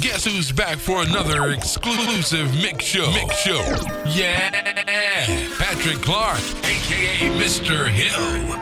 Guess who's back for another exclusive mix show? Mix show. Yeah. Patrick Clark, aka Mr. Hill.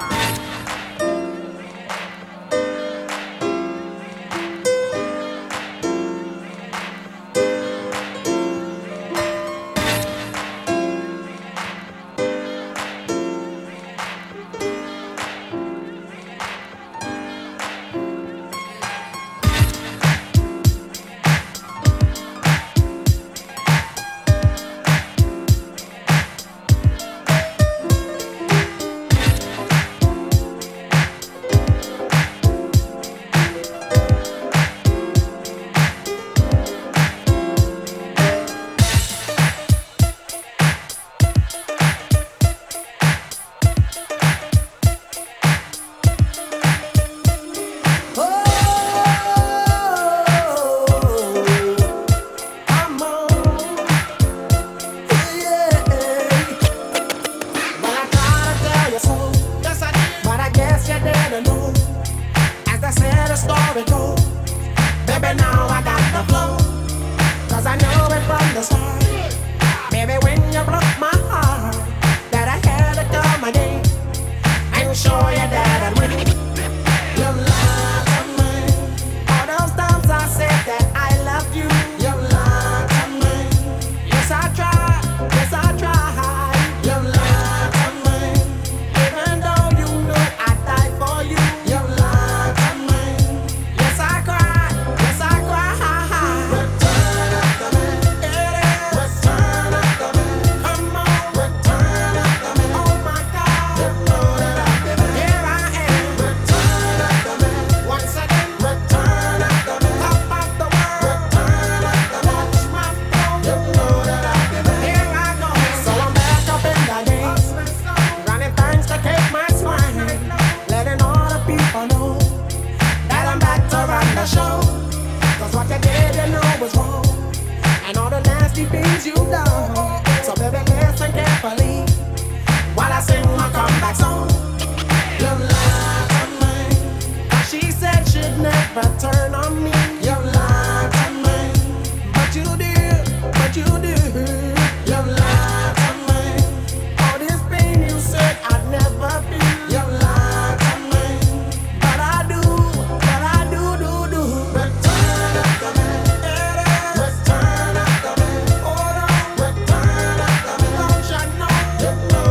Return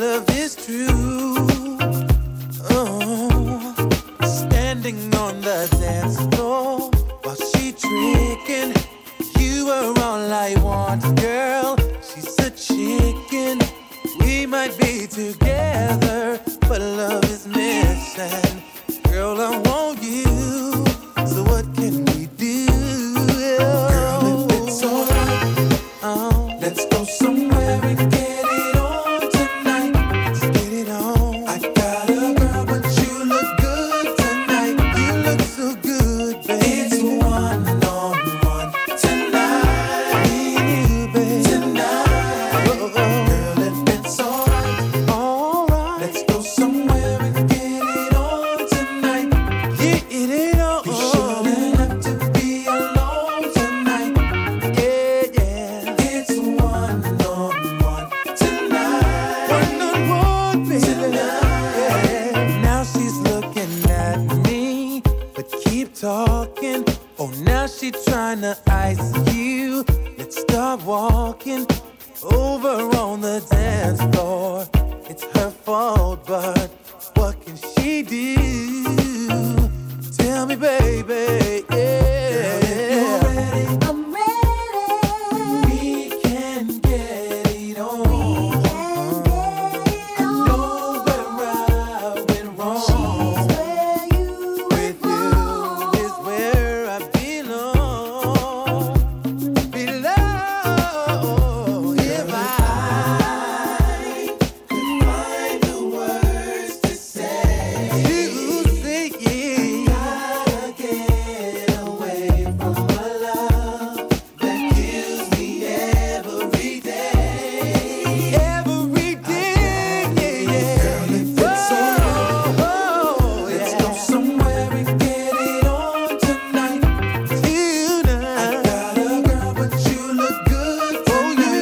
of the Oh, over on the dance floor. It's her fault, but what can she do? Tell me, baby, yeah. I'm ready. We can get it on. And get on. Know where I've been wrong. She's where you With you belong. is where I belong. Belong. If I could find the words to say, to say it, gotta get away from a love that kills me every day, every day. Girl, if it's over, let's go somewhere and get it on tonight. I got a girl, but you look good. Oh, you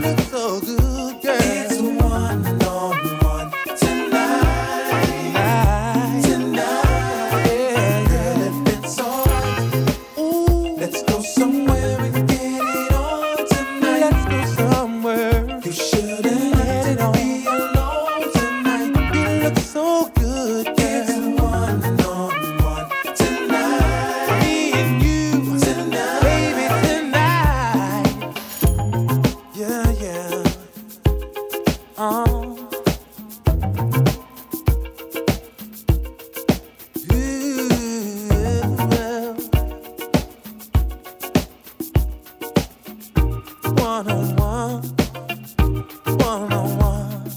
look so good, girl. It's one on one tonight, tonight. Girl, if it's on, let's go somewhere and get it on tonight. Let's go somewhere. You shouldn't have to be alone tonight. You look so good, girl. It's one on one tonight. Me and you tonight, baby tonight. Yeah, yeah. Oh. One on one, one on one.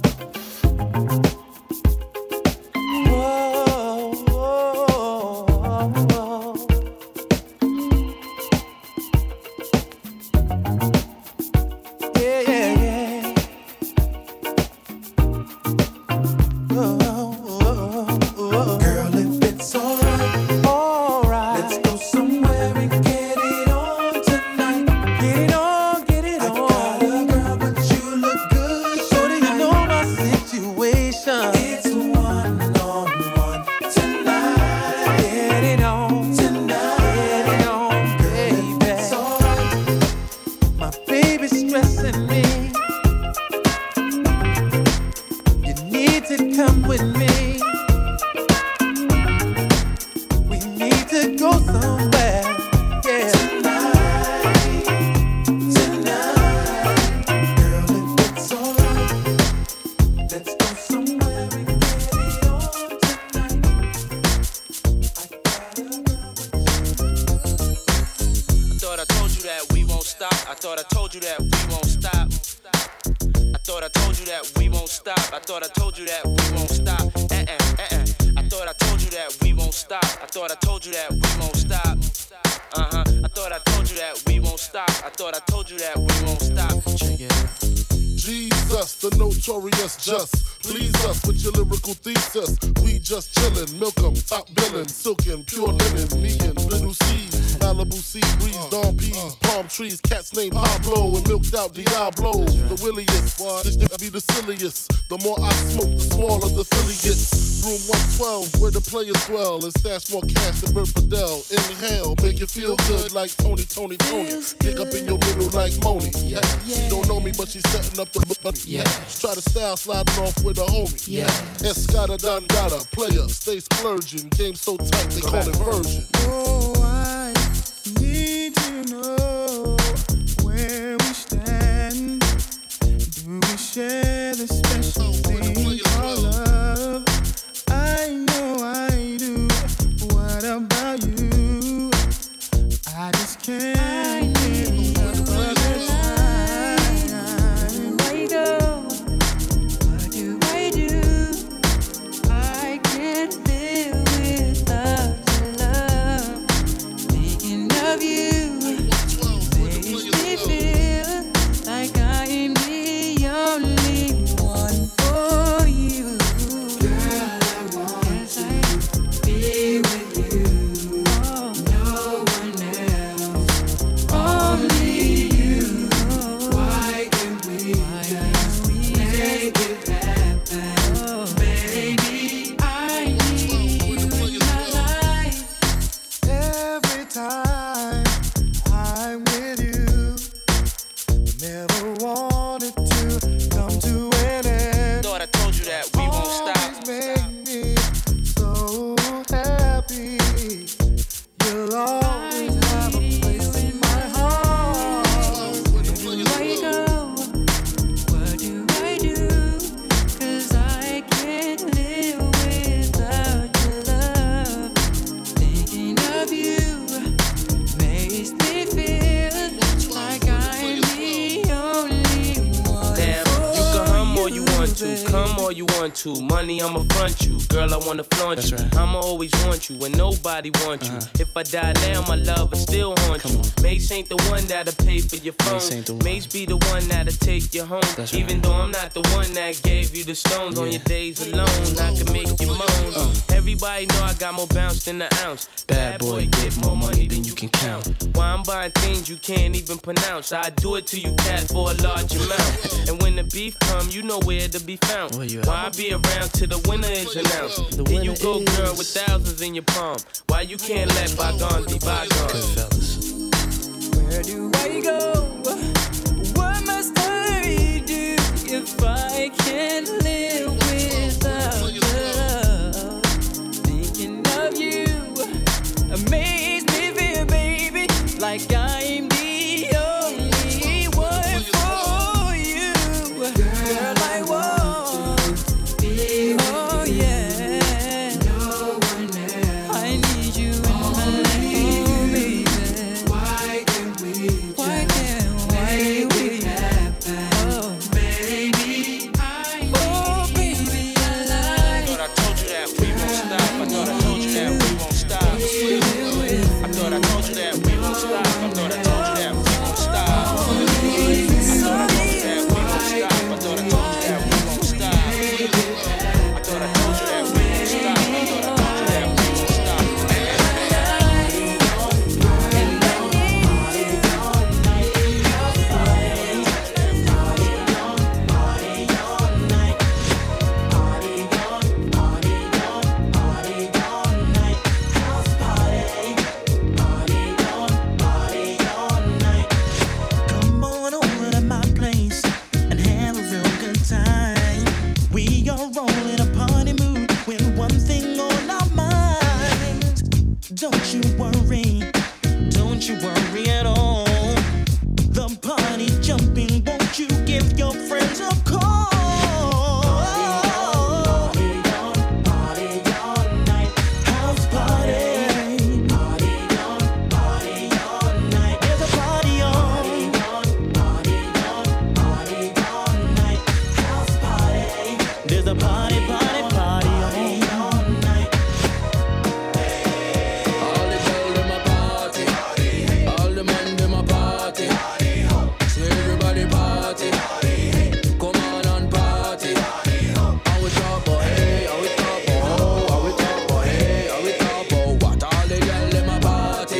Whoa, whoa, whoa. Yeah, yeah, yeah. Girl, if it's alright, alright, let's go somewhere and get it on tonight. Get it on, get it on. I got a girl, but you look good. So do you know my situation? It's one on one tonight. Get it on tonight. Get it on, baby. it's alright, my baby's stressing me. You need to come with me. We need to go somewhere. Yeah. Tonight. Tonight. Girl, if it's alright, let's go somewhere and get it on tonight. I got a girl, but thought I told you that we won't stop. I thought I told you that we won't stop. I thought I told you that we won't stop. I thought I told you that we won't stop. Uh-uh, uh-uh. I thought I told you that we won't stop. I thought I told you that we won't stop. Uh-huh. I thought I told you that we won't stop. I thought I told you that we won't stop. Check it out. Jesus, the notorious just. Please us with your lyrical thesis. We just chillin', milk 'em, top billin', silkin', pure linen, me and little C. Malibu sea breeze, dawn peas, palm trees, cats named Pablo and milked out Diablo. The williest, this nigga be the silliest. The more I smoke, the smaller the filly gets. Room 112, where the players dwell, and stash more cash than Bert Fidel. Inhale, make you feel good like Tony, Tony, Tony. Dig up in your middle like Moni. Yeah. She don't know me, but she's setting up the but yeah. Try to style sliding off with a homie. Yeah. Escada Dondada, player, stay splurging. Game so tight, they call it version. Oh, I need to know where we stand. Do we share the special thing called love? I know I do. What about you? I just can't get enough of this time. I go? What do I do? I can't live without your love. want to. Come all you want to. Money, I'ma front you. Girl, I wanna flaunt you. I'ma always want you when nobody wants you. If I die now, my love will still haunt you. Mace ain't the one that'll pay for your phone. Mace, be the one that'll take you home. Even though I'm not the one that gave you the stones on your days alone, I can make you moan. Everybody know I got more bounce than an ounce. Uh. Bad boy, get more money than you can count. Why I'm buying things you can't even pronounce. I do it to you, cat, for a large amount. and when the beef come, you know where to be found. Why I be around till the winner is announced? then you go, girl, with thousands in your palm. Why you can't let bygones be bygones? Where do I go? What must I do if I can't live without love? Thinking of you makes me feel, baby, like I'm the only one for you. Girl, I want. Oh yeah. I need you in my life, baby. Why can't why we Oh, baby, oh baby, I I told you that we won't stop. I thought I told you that we won't stop. I thought I told you that we won't stop. I thought I told you that we won't stop. I thought I told you that we won't stop. I thought I told you that we won't stop. I thought I told you that we won't stop. Come on over to my place and have a real good time. We all roll in a party mood with one thing on our minds. Don't you worry, don't you worry at all. The party jumping, won't you give your friends a call? House party. There's a party on. There's a party, party, party on. All the girls them a party. All the men them a party. So everybody party. Come on and party. How we talk about hey, how we talk about ho, how we talk about hey, how we talk about what? All the girls them a party.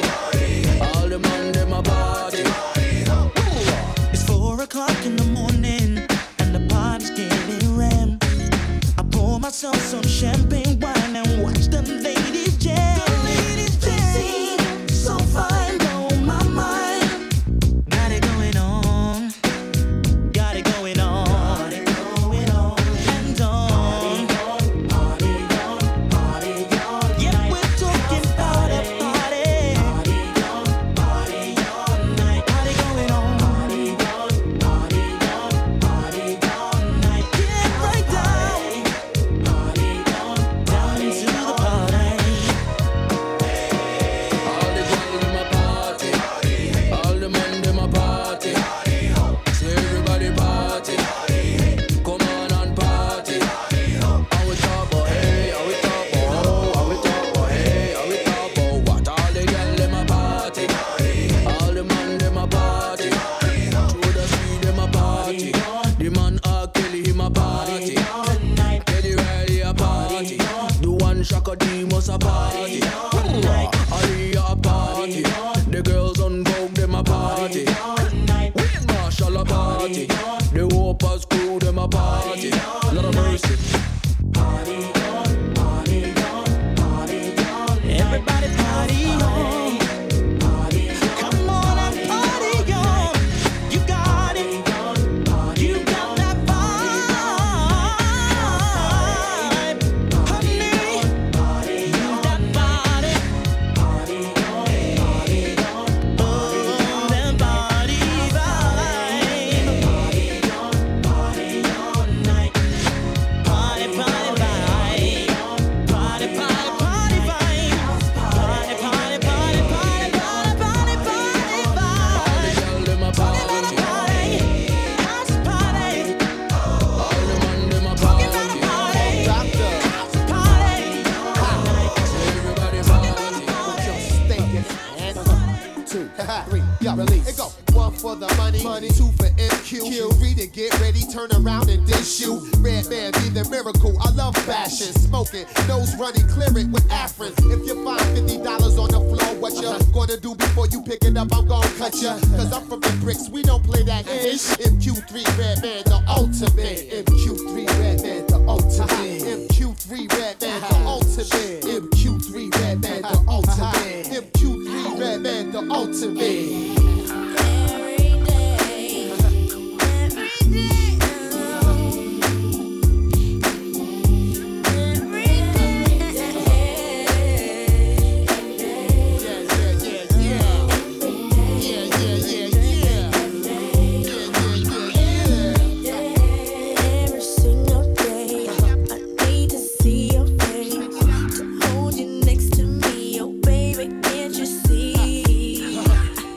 All the men them a party. It's four o'clock in the morning, and the party's getting rammed. I pour myself some champagne wine and watch the ladies jam. They seem so fine, on my mind. Got it going on. Got it going on. And on. Yeah, we're talking about a party. Party going on. Get right down. Down into the party. All the girls them a party. All the men them a party. So everybody party. Come on and party. How we talk about hey, how we talk about ho, how we talk about hey, how we talk about what? All the girls them a party. All the man them a party. Through the street them a party. The man R Kelly him a party. Teddy Riley a party. The one Shaka D must a party. Aliyah a party. The girls on Vogue them a party. Wayne Marshall a party. The Whoopers crew them a party. Lot of mercy. Everybody party on. Come on and party on. You got it. You got that vibe. Honey, you that body. Oh, that body vibe. Party, party, party. money, two for MQ. Kill, read it, get ready, turn around and dish you. Red man, be the miracle. I love fashion, smoking, nose running, clear it with Afrin. If you find fifty dollars on the floor, what you gonna do before you pick it up? I'm gonna cut ya. Cause I'm from the bricks, we don't play that ish. MQ3 Red Man, the ultimate. MQ3 Red Man, the ultimate. MQ3 Red Man, the ultimate. MQ3 Red Man, the ultimate. MQ3 Red Man, the ultimate. Every day, every day, every day, Yeah, yeah, yeah, yeah. Yeah, yeah, yeah, yeah. Yeah, yeah, yeah, yeah. Every single day, I need to see your face. To hold you next to me, oh baby, can't you see? I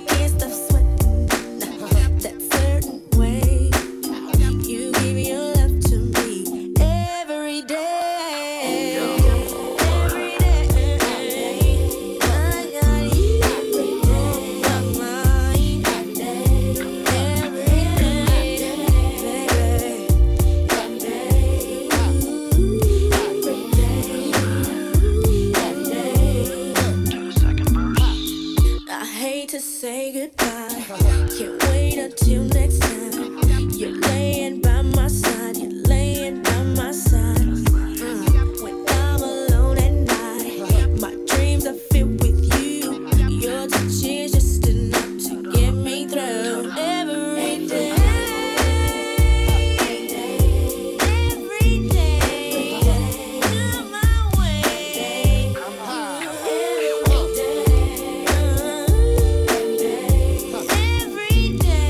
can't stop sweating that certain way. You give your love to me every day. Every day, I got you on mine. Every day, baby. I hate to say goodbye. Can't wait until next time. You're laying by my side. You're laying by my side. Mm. When I'm alone at night, my dreams are filled with you. Your touch is just enough to get me through every day. Every day, come my way. Every day, every day,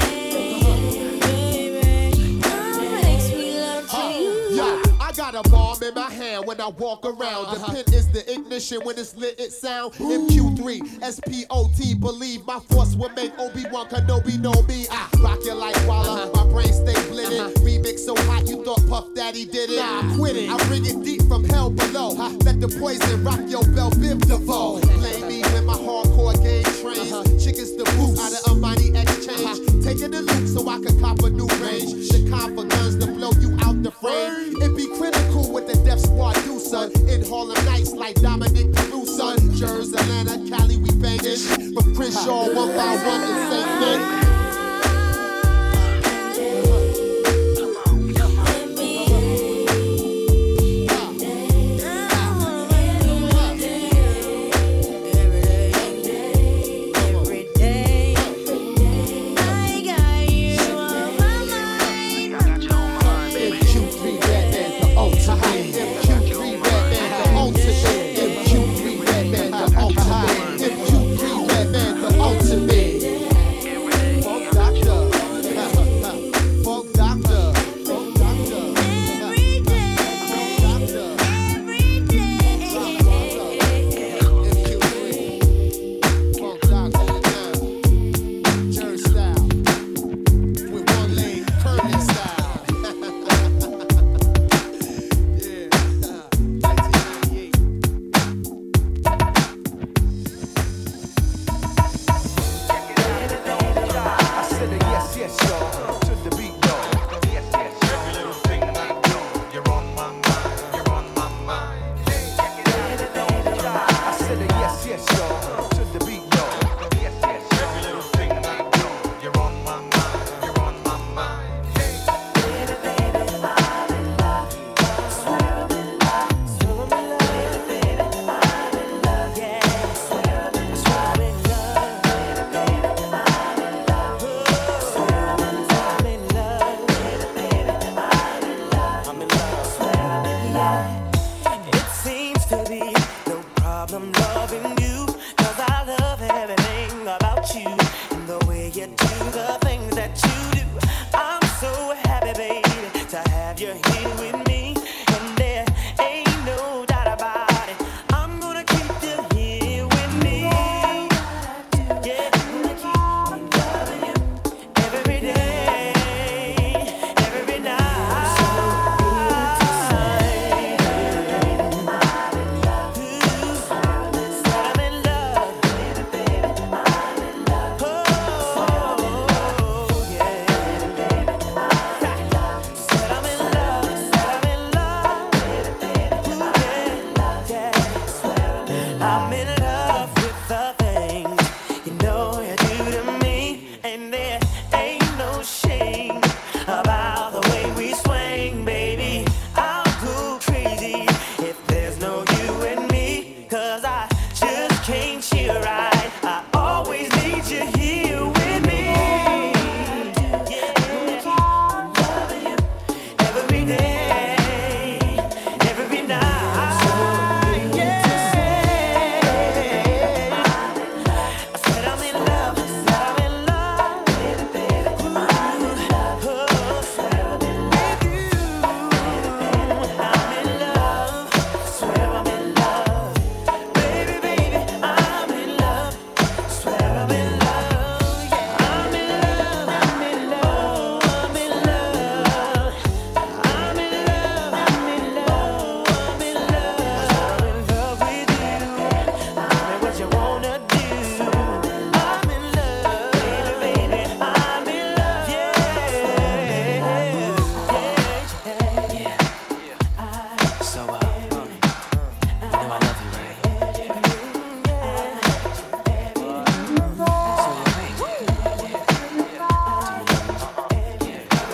baby, that makes me love you. Yo, I got a bomb in my hand when I walk around. The pin is the ignition when it's lit, it sound MQ3, S-P-O-T. Believe my force will make Obi-Wan Kenobi know me. I rock it like Walla, my brain stay blitted. Remix so hot you thought Puff Daddy did it. Nah, I quit it. I bring it deep from hell below. Let the poison rock your bell bib devote. Blame me when my hardcore game trains. Chickens the boots out of Almighty Exchange. Taking the loop so I could cop a new range. Chicago guns to blow you out the frame. It be critical with the Death Squad do, son. In Harlem Nights like Dominic Peru, son. Jersey, Atlanta, Cali, we bangin'. From Crenshaw, one by one, the same thing. MQ3 Red Man, the ultimate. MQ3 Red Man, the ultimate. MQ3 Red Man, the ultimate. MQ3 Red Man, the ultimate. Funk Doctor. Funk Doctor. Funk Doctor. Funk Doctor. I said a yes, yes, y'all, to the beat, y'all. Yes, yes, every little thing I do, you're on my mind, you're on my mind. I said a yes, yes, y'all, to the beat, y'all. Yes, yes, every little thing I do, you're on my mind, you're on my mind. It seems to be no problem loving you. Cause I love everything about you. And the way you do the things that you do. I'm so happy, baby, to have you here with me. And there ain't no doubt about it. I'm gonna keep you here with me. Yeah, I'm gonna keep loving you every day, every night. I'm in love. Oh, yeah.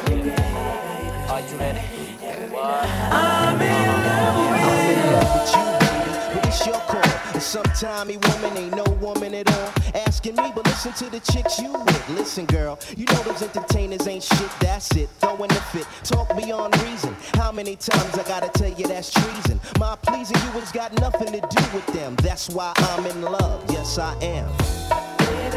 Are you ready? But it's your call. And sometime a woman ain't no woman at all. Asking me, but listen to the chicks you with. Listen, girl, you know those entertainers ain't shit. That's it. Throwing the fit. Talk beyond reason. How many times I gotta tell you that's treason? My pleasing you has got nothing to do with them. That's why I'm in love. Yes, I am.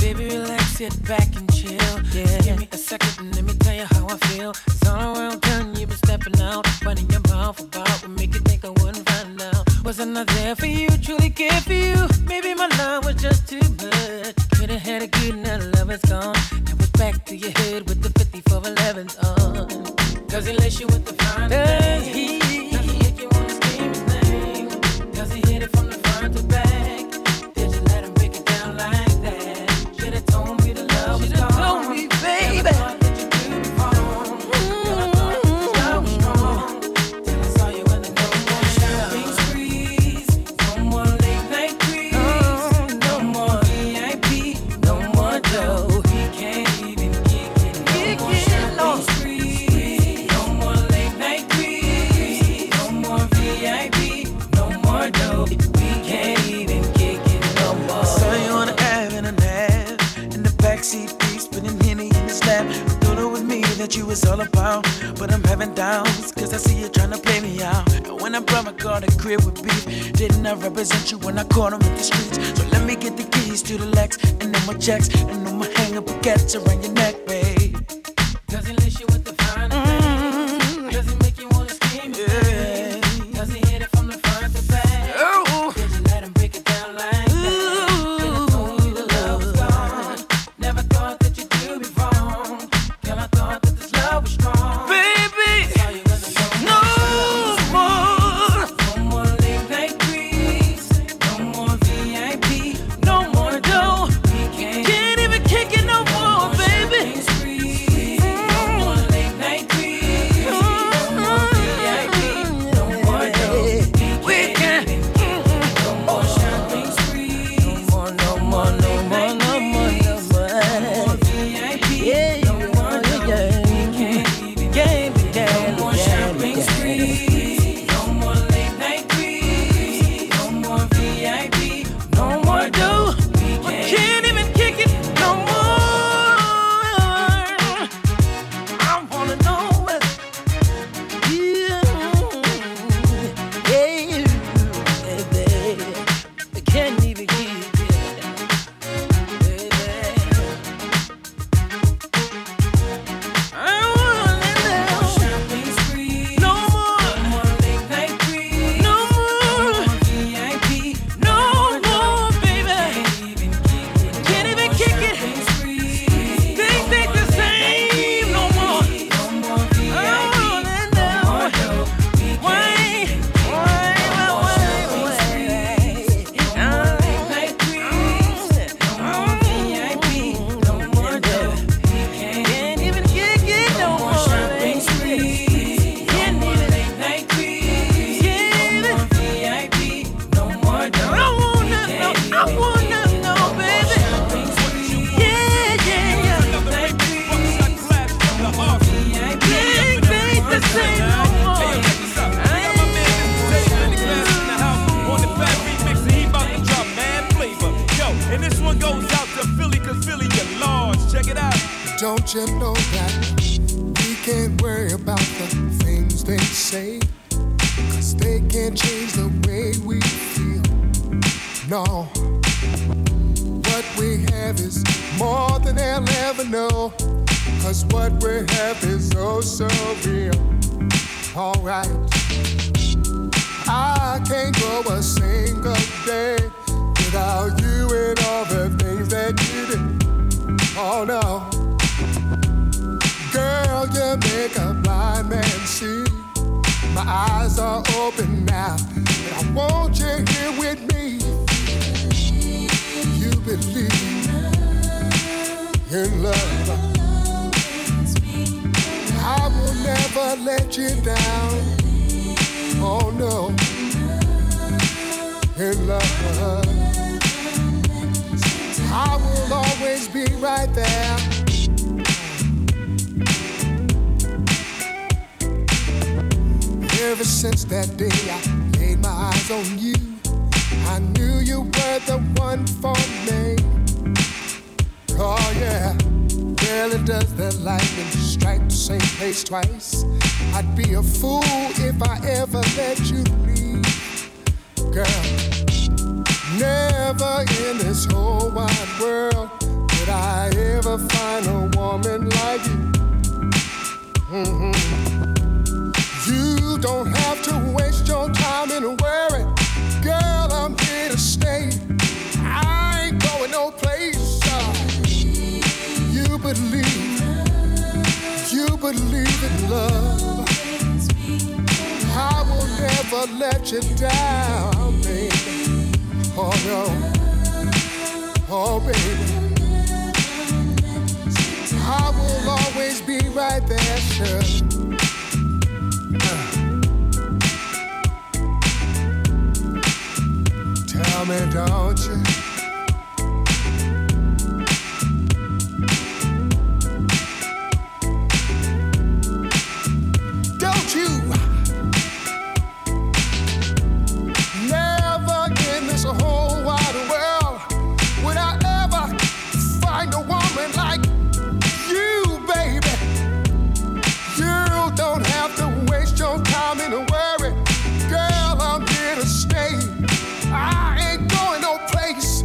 Baby, relax, sit back and chill. Yeah. Give me a second and let me tell you how I feel. Sorry, well done, you've been stepping out. Running your mouth about what make you think I wouldn't find out. Wasn't I there for you, truly care for you? Maybe my love was just too much. Could have had a good now, love is gone. Now it's back to your head with the 54 11s on. uh. Cause he laced you with the fine things. He, now he make you wanna scream his name. Cause he hit it from the front to back. Did you let him break it down like that? Should've told me the love was gone. Told me, baby. Never thought that you'd do me wrong. Never thought that this love was strong. Till I saw you in the cold Champagne squeeze, no more late night crease, no more VIP, no more dough. He can't even kick it. No more champagne squeeze, no more late night crease, no more VIP, no more dough. We can't even kick it no more. I saw you on the app and a half in the backseat piece, putting henny in his lap. I thought it was me that you was all about, but I'm having downs cause I see you trying to play me out. And when I brought my car to crib with beef, didn't I represent you when I caught him in the streets? So let me get the keys to the Lex and then my checks and then my hang up gets around your neck, babe. Does he lace you with the fine things? Does he make you wanna scream his name? Does he hit it from the front to back? Did you let him break it down like that? Should've told you the love was gone. Never thought that you'd do me wrong. Girl, I thought that this love was strong. Baby, no more. No more late night grease. No more VIP. No more dough. We can't even kick it no more, baby. Don't you know that we can't worry about the things they say? Cause they can't change the way we feel. No. What we have is more than they'll ever know. Cause what we have is oh so real. Alright. I can't go a single day without you and all the things that you did. Oh no. Girl, you make a blind man see. My eyes are open now, and I want you here with me. You believe in love. I will never let you down. Oh no. In love. I will always be right there. Ever since that day I laid my eyes on you, I knew you were the one for me. Oh yeah, barely does that lightning strike the same place twice. I'd be a fool if I ever let you leave, girl. Never in this whole wide world would I ever find a woman like you. Mhm. You don't have to waste your time in worry. Girl, I'm here to stay. I ain't going no place. uh. You believe, you believe in love. I will never let you down, baby. Oh no. Oh baby. I will always be right there, sure. Uh. Tell me, don't you? Don't you? Never in this whole wide world would I ever find a woman like you, baby. You don't have to waste your time in a worry. Girl, I'm here to stay. I ain't going no place.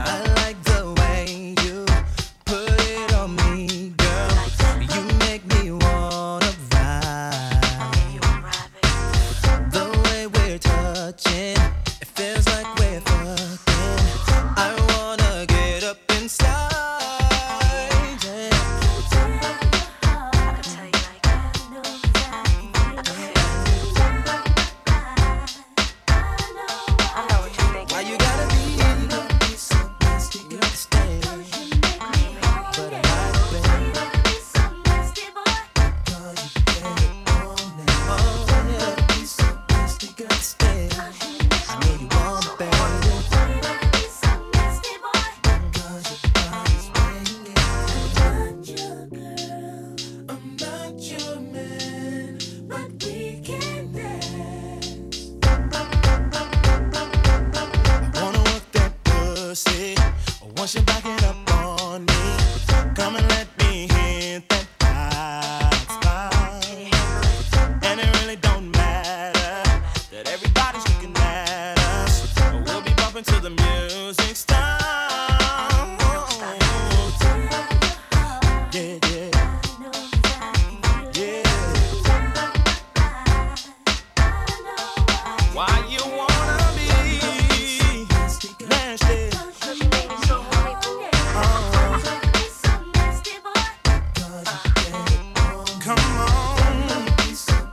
Oh, want you backing up on me. Come and let me hit that hot spot. And it really don't matter that everybody's looking at us. We'll be bumping to the music stop. Yeah, yeah. Yeah. Why you wanna be nasty? Come on,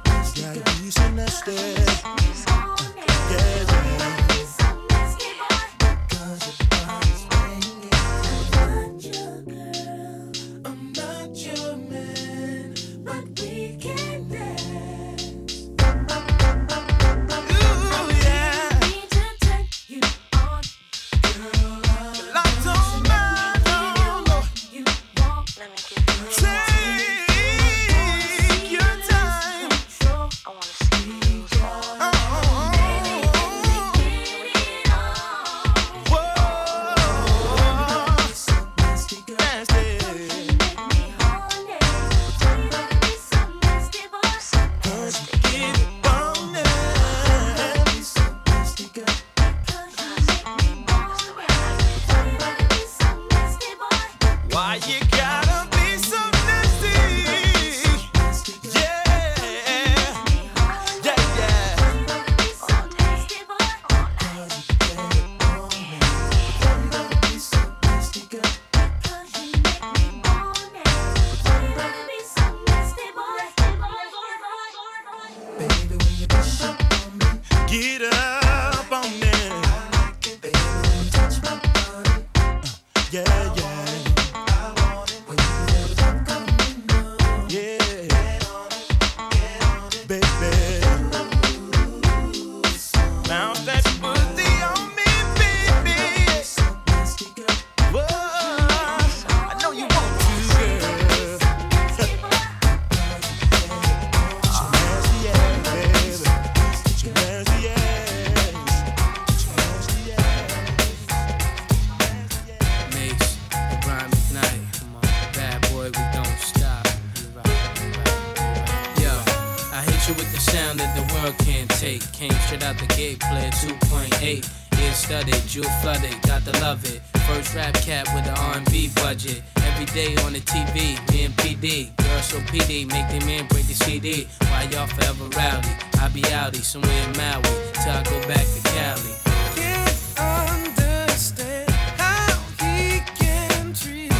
gotta be so nasty. Yeah, yeah. Why you gotta be so nasty? Yeah, yeah, yeah. Get up on me. Uh, Yeah, yeah. Yeah. Baby. Bounce that booty on me, baby. Whoa. I know you want to, girl. She nasty ass, baby. She nasty ass. Mace, Brian McKnight, bad boy, we don't stop. Yo, I hit you with the sound that the world can't take. Came straight out the gate, player 2.8. Ear studded, jewel flooded, got to love it. First rap cat with an R&B budget. Every day on the TV, me and PD. Girl, so PD, make them man break the CD. Why y'all forever rowdy? I be outie somewhere in Maui till I go back to Cali. Can't understand how he can treat you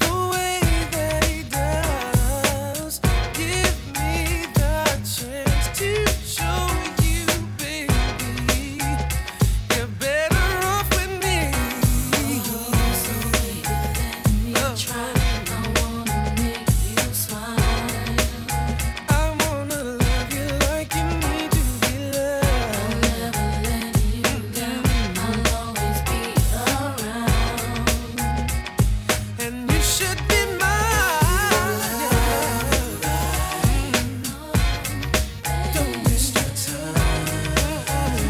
the way that he does. Give me the chance to show you, baby, you're better off with me. I wanna love you like you need to be loved. And you should be mine. Don't waste your time.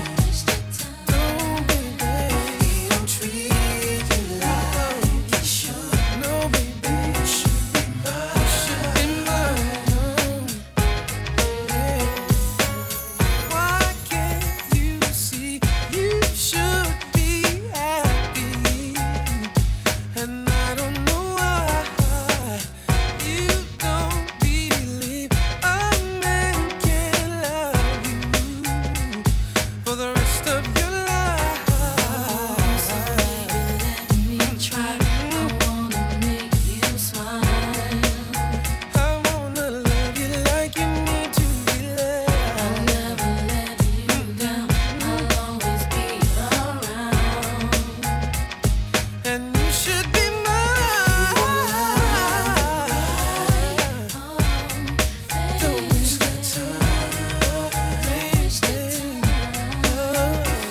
No, baby. He don't treat you like oh, he should. No, baby. You should be mine. You should be mine. Yeah. Why can't you see you should be happy? And I don't know why you don't believe a man can love you for the rest of your life. I wanna love you like you need to be loved. And you should be mine. Don't waste the time.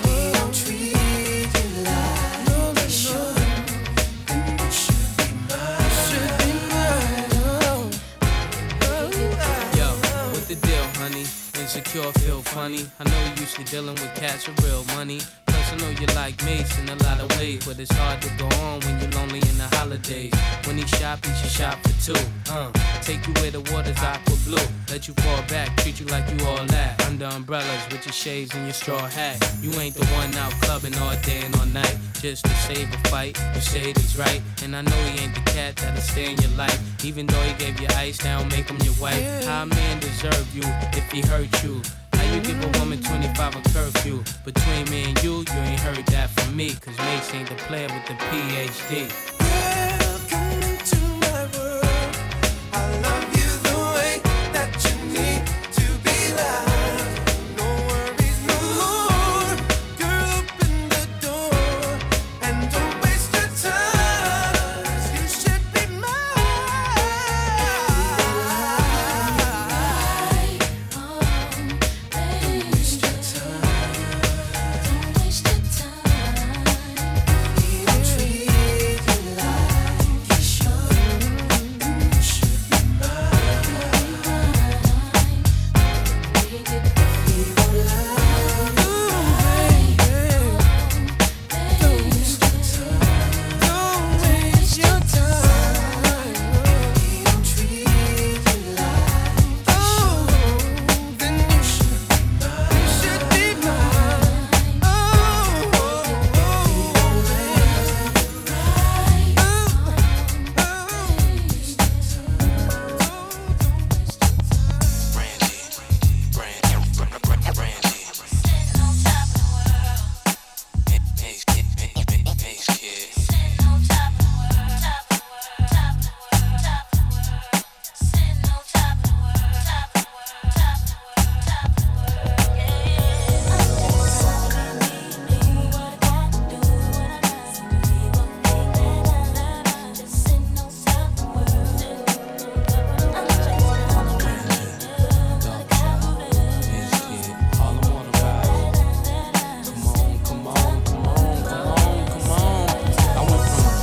He don't treat you like he should. And you should be mine. Should be mine. Oh, oh, Yo, what the deal, honey? Insecure, feel funny. I know you used to dealing with cats with real money. Plus, I know you like mates in a lot of ways, but it's hard to go on when you're lonely in the holidays. When he shop, he should shop for two. Uh, take you where the water's aqua blue. Let you fall back, treat you like you all that. Under umbrellas with your shades and your straw hat. You ain't the one out clubbing all day and all night. Just to save a fight, you shade is right. And I know he ain't the cat that'll stay in your life. Even though he gave you ice, now make him your wife. How a man deserve you if he hurt you? How you give a woman 25 a curfew? Between me and you, you ain't heard that from me. Cause Mace ain't the player with the PhD.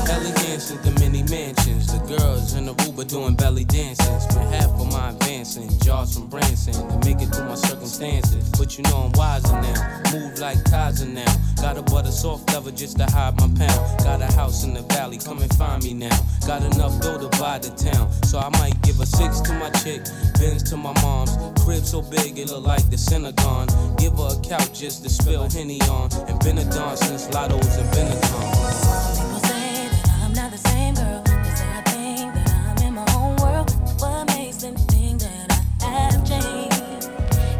elegance at the mini mansions. The girls in Aruba doing belly dances. Spent half of my advancing, jaws from Branson to make it through my circumstances. But you know I'm wiser now, move like Kaiser now. Got a butter soft leather just to hide my pound. Got a house in the valley, come and find me now. Got enough dough to buy the town, so I might give a six to my chick, Benz to my mom's. Crib so big it look like the synagogue. Give her a couch just to spill henny on, and Benadon since Lotto's and Benetton. People say that I'm not the same girl. They say I think that I'm in my own world. What makes them think that I have changed?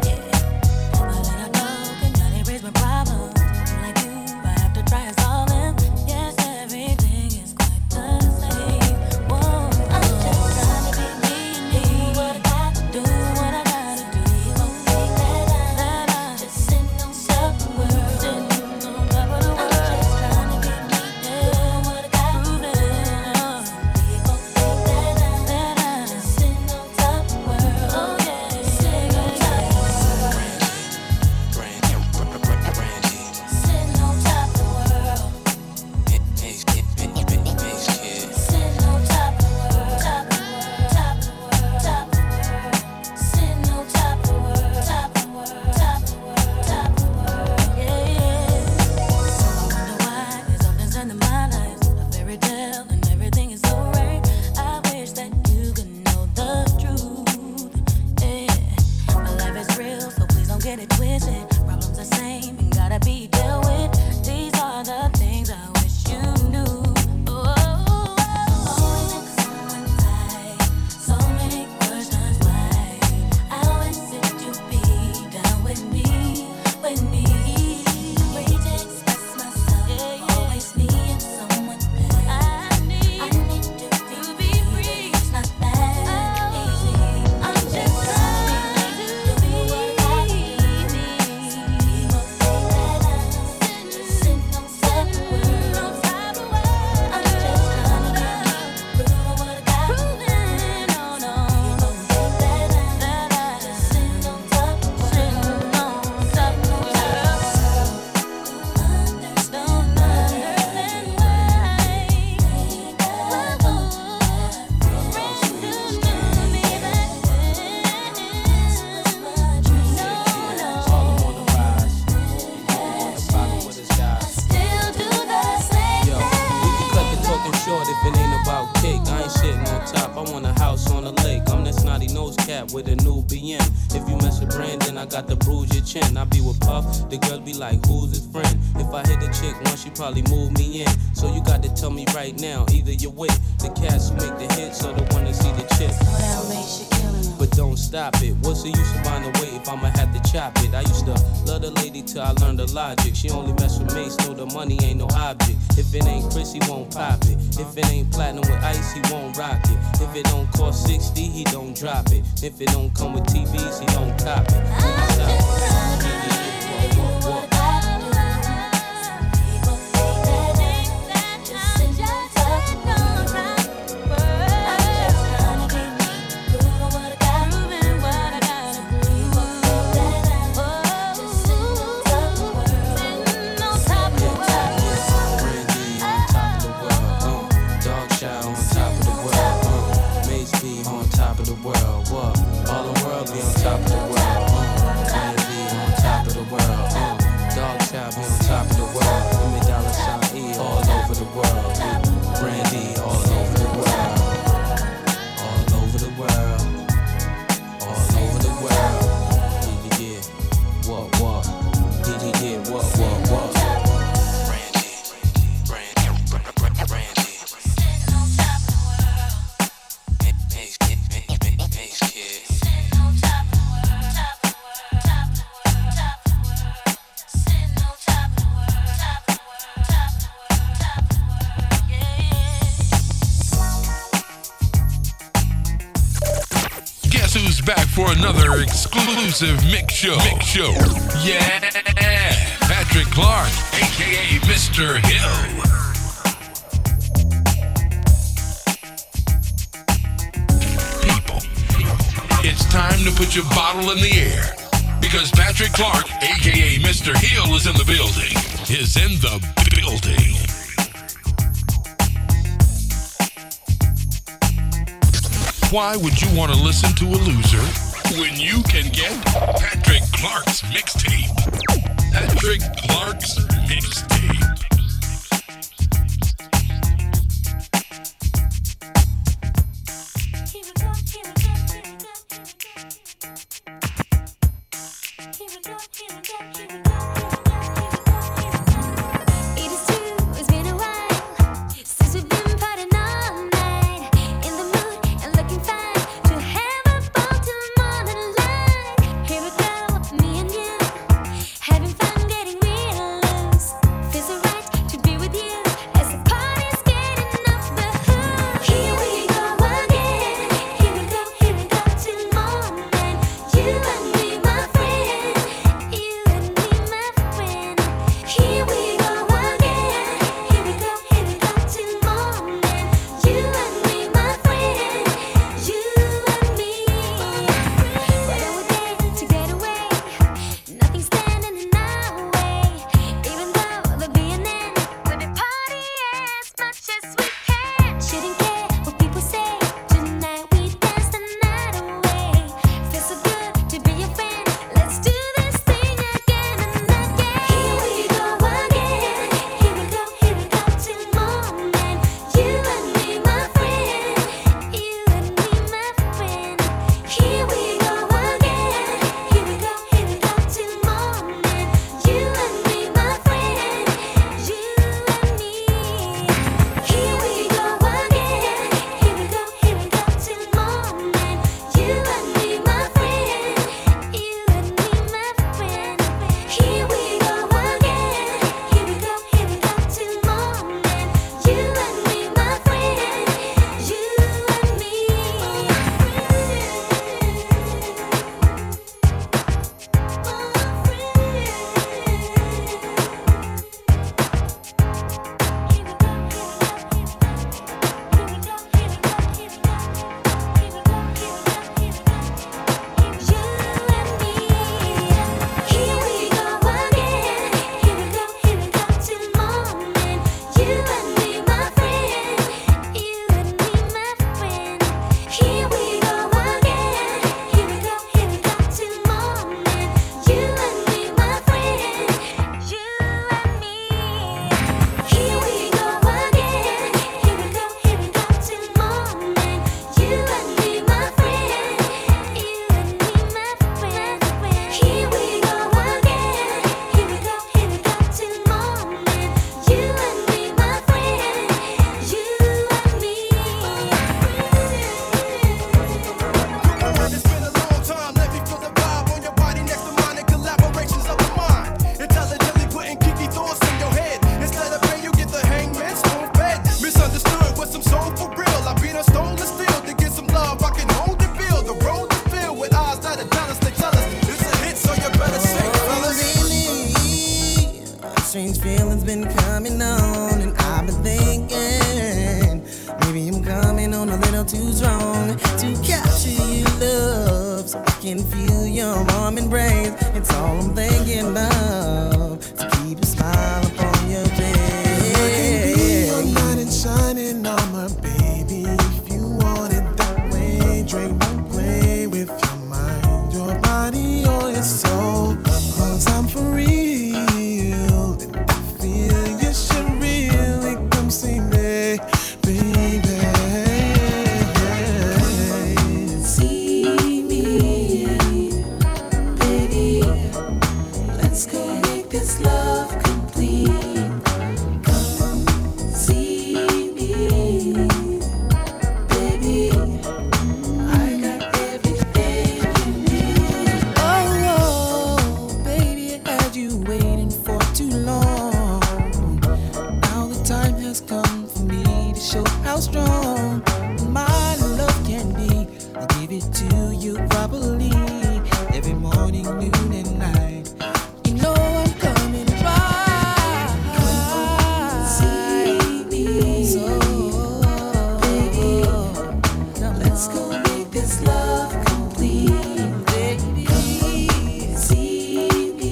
Yeah, I let her go, and now they raise my problems. Like you, I have to try and solve them. Yes, everything is quite the same. Whoa, I'm just trying to be me, do what I gotta do, what I gotta do. Won't think that I'm just in no self-worth, in no doubt. I'm just trying to be me, do what I gotta do. Oh, that with a new BM. If you mess with Brandon, I got to bruise your chin. I be with Puff, the girls be like, who's his friend? If I hit a chick once, she probably move me in. So you got to tell me right now, either you're with the cats who make the hits or the one that see the chips. But don't stop it. What's the use of finding a way if I'ma have to chop it? I used to love the lady till I learned the logic. She only mess with mates, so the money ain't no object. If it ain't Chris, he won't pop it. If it ain't platinum with ice, he won't rock it. If it don't cost 60, he don't drop it. If it don't come with TVs, he don't cop it. Dog Chow on top of the world. Uh. Maze B on top of the world. What? All the world be on top of the world. Uh. Maze B on top of the world. Uh. Dog Chow be on top of the world. Women dollar sign E all over the world. Uh. Brandy all over the world. All over the world. All over the world. Did you get what what? Did you get what what what? Guess who's back for another exclusive mix show? Mix show. Yeah. Patrick Clark, aka Mr. Hill. People, it's time to put your bottle in the air because Patrick Clark, aka Mr. Hill, is in the building. Is in the building. Why would you want to listen to a loser when you can get Patrick Clark's mixtape? Patrick Clark's mixtape. It is true, it's been a while since we've been partying all night. In the mood and looking fine to have a ball till morning light. Here we go, me and you, having fun, getting real loose. Feels alright, strange feeling's been coming on, and I've been thinking maybe I'm coming on a little too strong to capture you, love. So I can feel your warm embrace. It's all I'm thinking of to keep a smile upon your face. I can be your knight in shining armor, baby. If you want it that way, drink will play with your mind, your body, or your soul. Cause I'm for real, and I feel you should really come see me, baby. See me, baby. Let's go make this love complete. Come see me, baby. I got everything you need. Oh, baby, had you waiting for too long. Now the time has come for me to show how strong my love can be. I give it to you properly every morning, noon, and night. You know I'm coming right. See me, so baby. Let's go make this love complete. Baby, see me,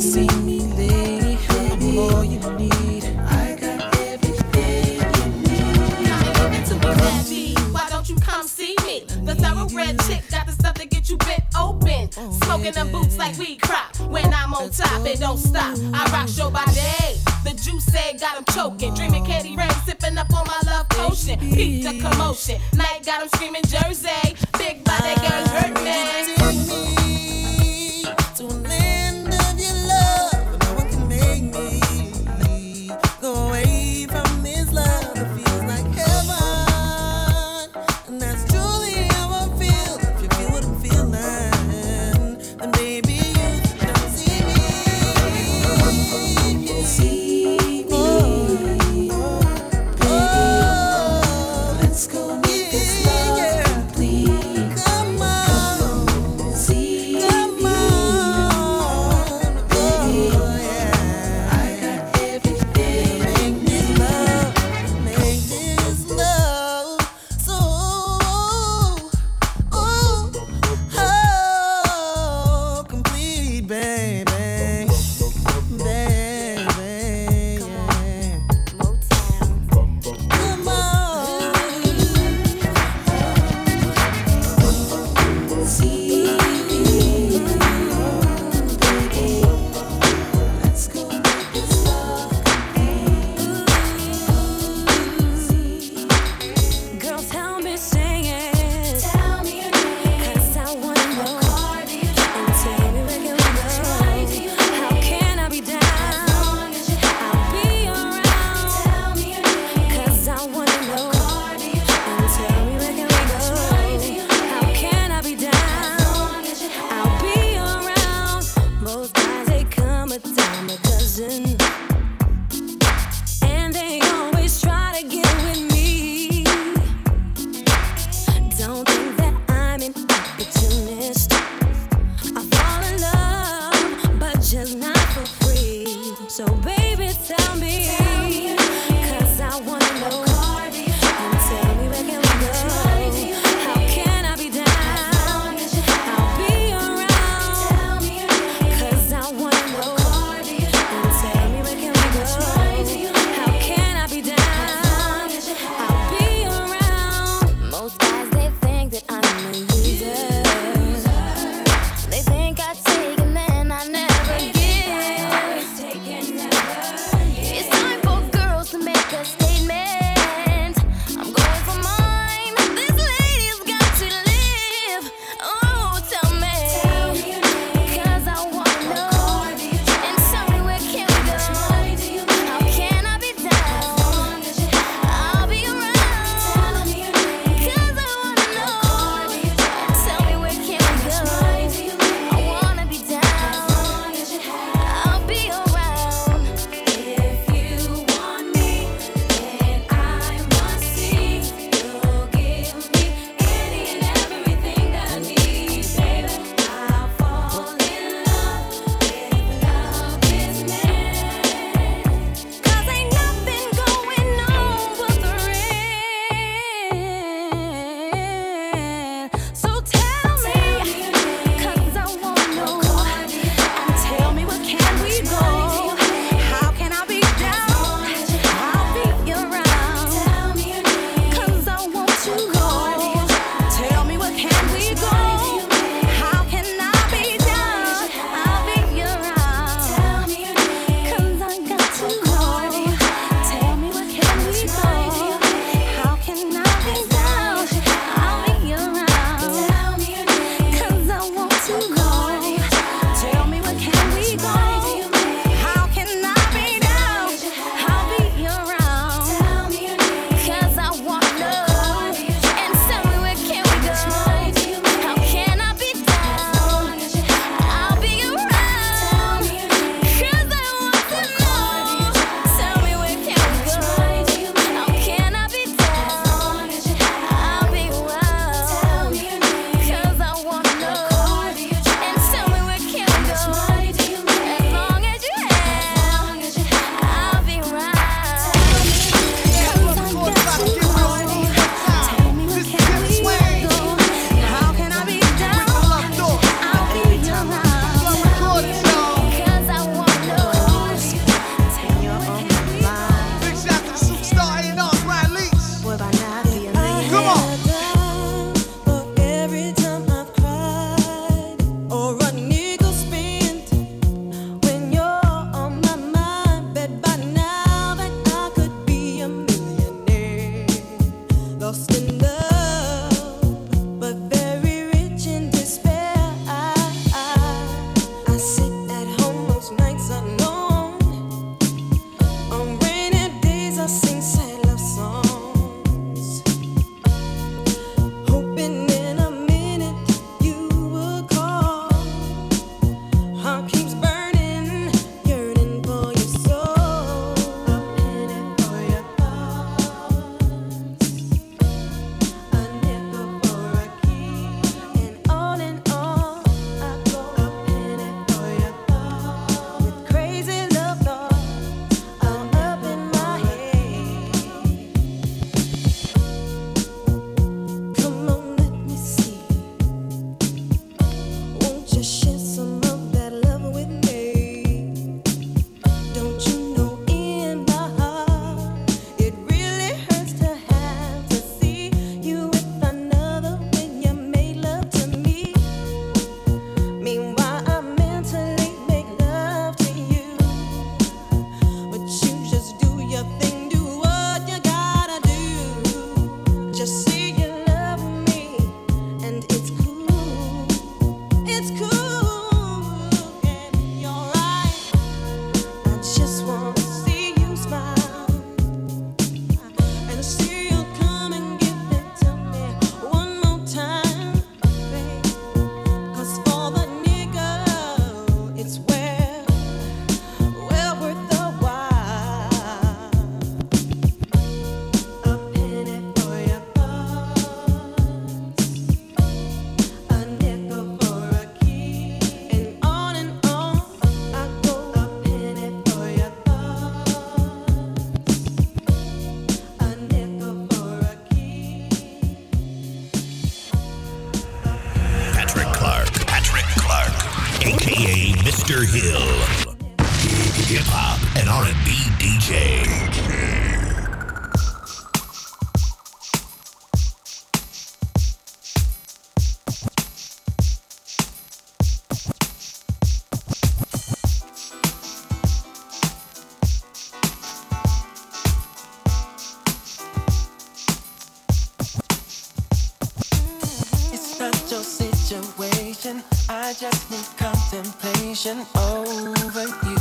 see me, lady. I'm all you need. I got everything you need. Now you to be heavy. Why don't you come see me? The thoroughbred chick got the stuff that get you bit open. Smoking them boots like we crop. When I'm on top, it don't stop. I rock show by day. The juice said got 'em choking. Dreaming candy rain, sipping up on my love potion. Peep the commotion. Night got 'em screaming Jersey. Big body girls hurt me. to an end of your love. No one can make me go away from this love that feels like heaven. And that's truly how I feel. If you feel what I'm feeling, then baby, you don't see me. See me. Let's go make this love complete. Come on, see me, baby. I got everything you need. Make this love so ooh, oh, complete, baby, baby. Come on, See me, baby. Let's go make this love Girls, tell me sing it. Tell me your name. Cause I wanna know. What car do you drive? And tell me where you go. How can I be down? As long as you I'll be around. Tell me your name. Cause I wanna know. What car do you drive? And tell me where can we go. How can I be down? As long as you I'll be around. Most guys, they come a dime a dozen. And they always try to get with me. Don't think that I'm an opportunist. I fall in love, but just not for free. So baby, tell me. Cause I wanna know. And tell me where can we go? How can I be down? I'll be around. Cause I wanna know. And tell me where can we go? How can I be down? I'll be around. Most guys they think that I'm a loser. They think I take and then I never give. It's time for Oh, and R&B DJ. It's not your situation. I just need contemplation over you.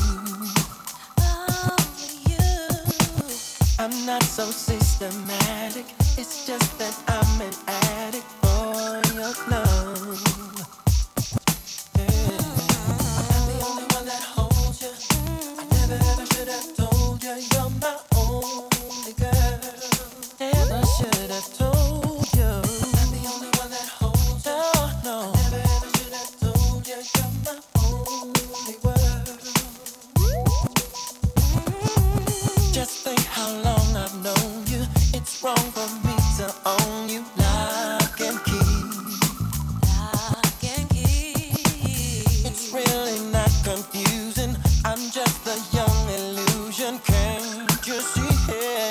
I'm not so systematic. It's just that I'm an addict for your love. Never should have told you. I'm the only one that holds you. No, no. I never ever should have told you. You're my only world. Just think how long I've known you. It's wrong for me to own you. Lock and key. Lock and key. It's really not confusing. I'm just a young illusion. Can't you see it?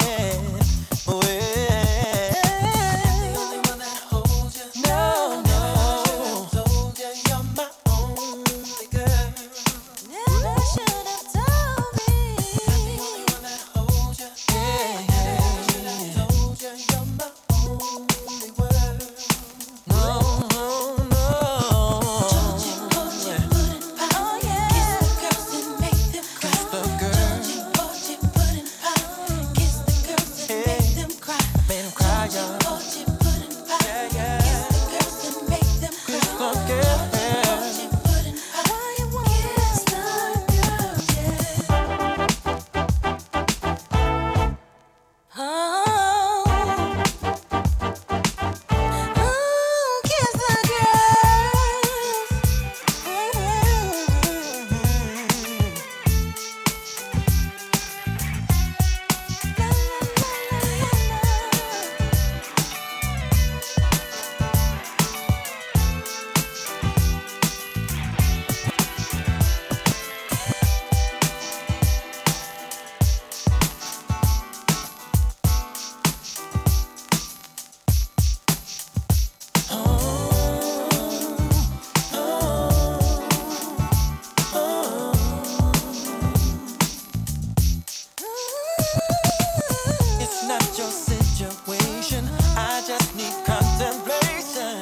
It's not your situation. I just need contemplation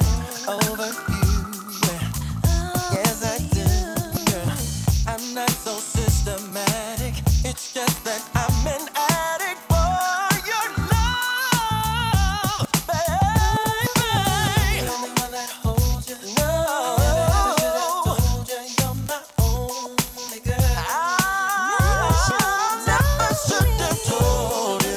over you. Yes, I do. girl. I'm not so systematic. It's just that I'm an addict for your love, baby. The only one that holds you. No. I never should have told you you're my only girl. I never should have told you.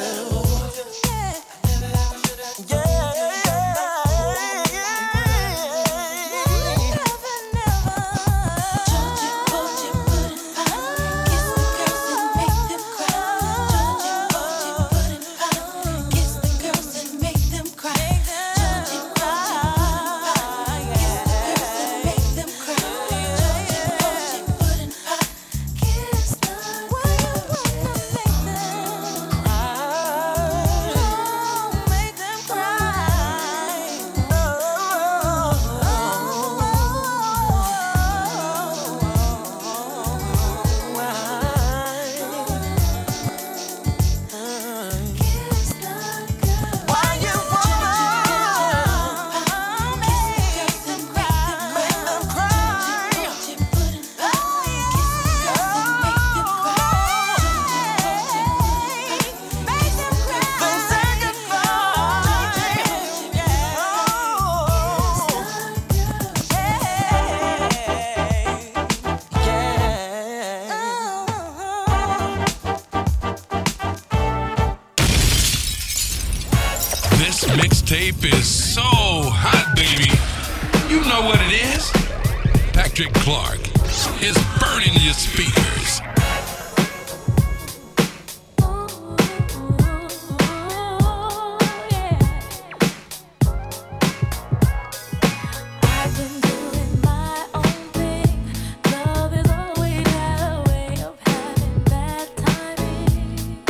This mixtape is so hot, baby. You know what it is. Patrick Clark is burning your speakers. Love is always had a way of having that time.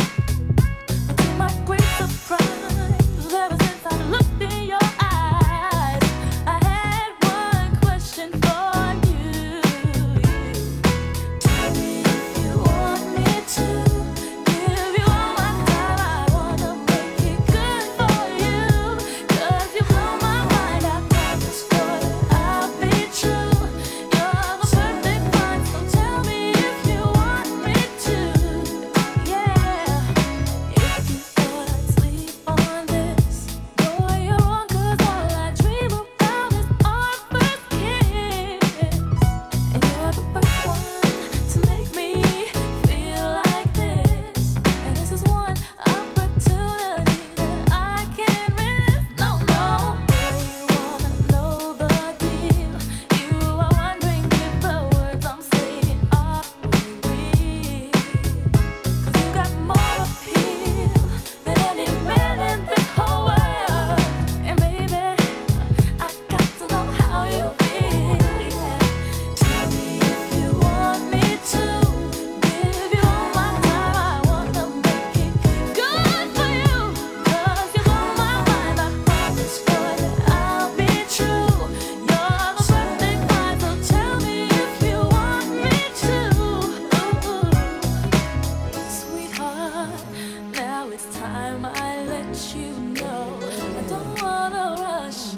much you know. I don't wanna rush.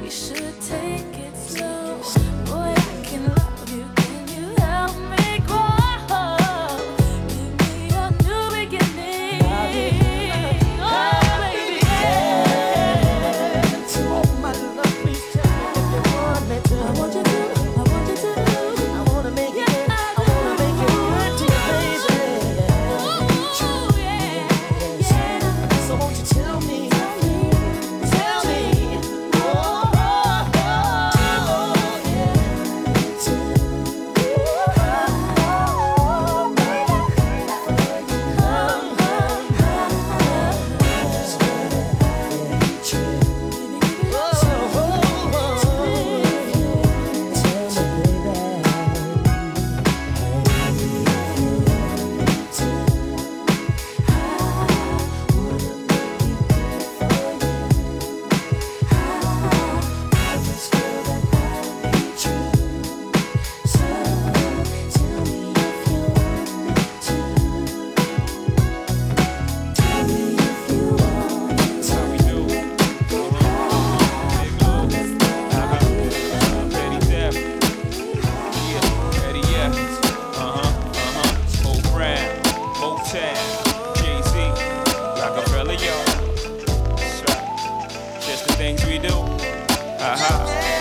We should take it slow. Boy, I can love you. Can you help me grow? Give me a new beginning. Oh, baby, yeah. To all my lovely child, if you want me to. I want you to. I want you to. I wanna make it. I wanna make it good to you, baby. Ooh, yeah. So won't you tell me? Tell me, oh, oh, oh, Just the things we do. Uh-huh.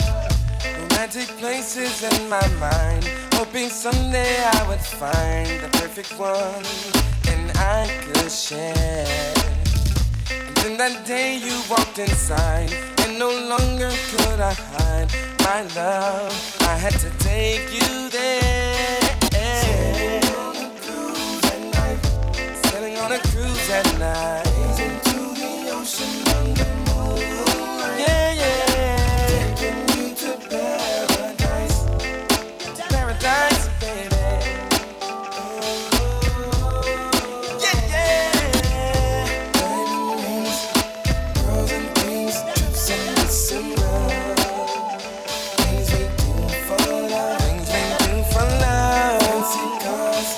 romantic places in my mind. Hoping someday I would find the perfect one and I could share. And then that day you walked inside, and no longer could I hide my love. I had to take you there. Sailing on a cruise at night. Yeah, yeah. Taking you to paradise. Paradise, baby. Yeah, yeah. Diamond rings, pearls and things, trips in December. Things we do for love. Things we do for love. Fancy cars,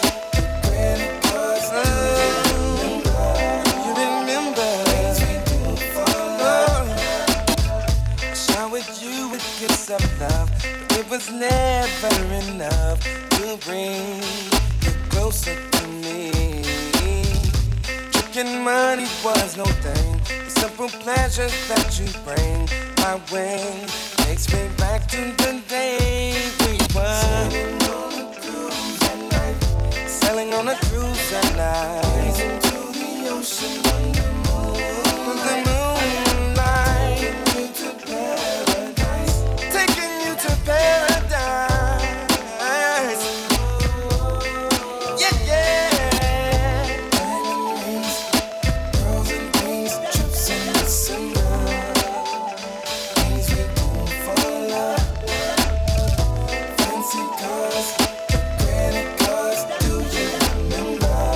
credit cards. You remember. Things we do for love. Shine with you with gifts of love. but It was never enough to bring you closer to me. Drinking money was no thing. The simple pleasures that you bring my way takes me back to the day we were. Sailing on a cruise at night. into the ocean Taking you to paradise. Yeah, yeah. Diamond rings, pearls and things, trips in December. Things we do for love. Fancy cars, credit cards, do you remember?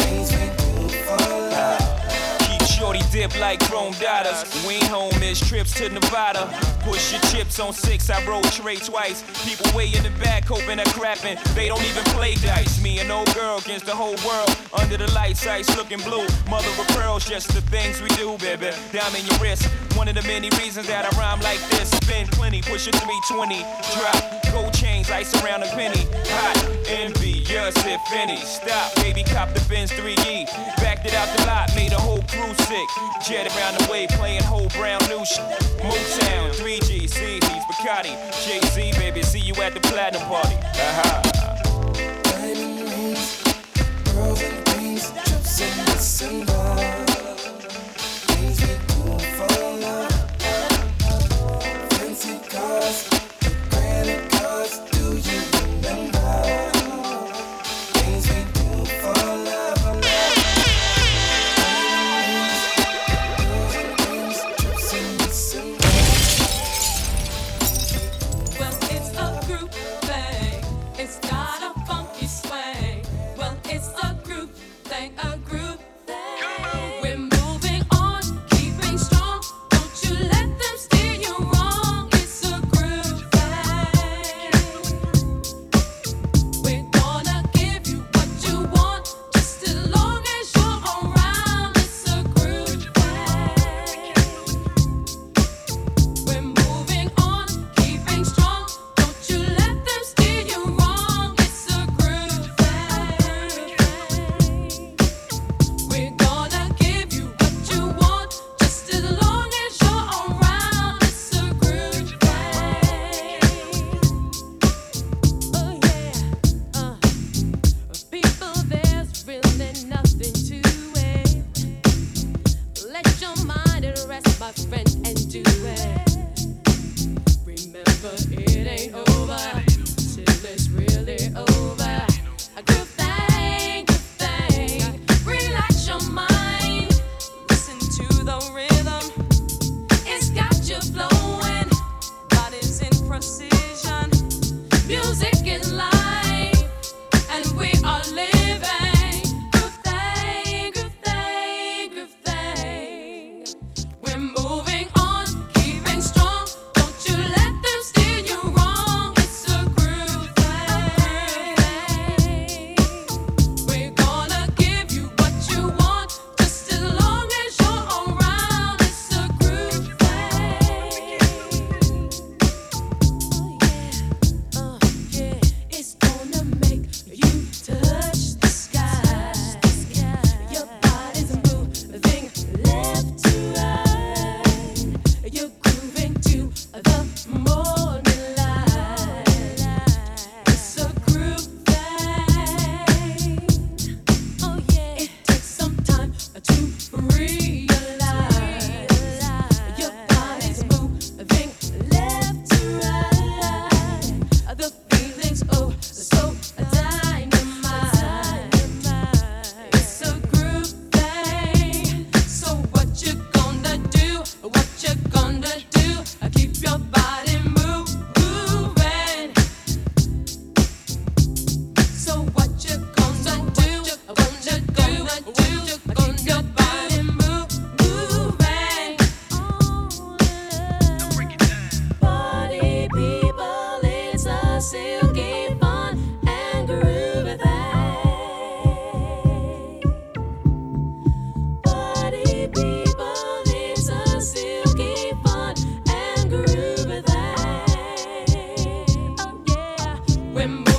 Things we do for love. Keep shorty dip like grown daughters. We ain't home, it's trips to Nevada. Push your chips on six, I roll tray twice. People way in the back hoping they're crapping. They don't even play dice. Me and old girl against the whole world. Under the lights, ice looking blue. Mother of pearls, just the things we do, baby. Diamond in your wrist. One of the many reasons that I rhyme like this. Spin plenty, push a 320. Drop gold chains, ice around a penny. Hot, envious, if any. Stop, baby, cop the Benz 3E. Backed it out the lot, made a whole crew sick. Jet around the way, playing whole brown new shit. Motown, 3G, C, he's Bacardi. Jay Z, baby, see you at the platinum party. Aha. Diamond rings, pearls and things, trips in December. Things we do for love. Fancy cars, credit cards, do you remember? Things we do for love. Diamond rings, pearls and things, trips in December. Well, it's a group thing. It's got a funky Oh, uh. Oh, Uh, Oh, the feelings, oh, so dynamite. It's a groove thing. So what you gonna do? What you gonna do? Keep your body moving. So what you gonna do? What you gonna do? Keep your body moving. Party people, it's a silky fun and groovy thing. Party people, it's a silky fun and groovy thing. Oh yeah, we're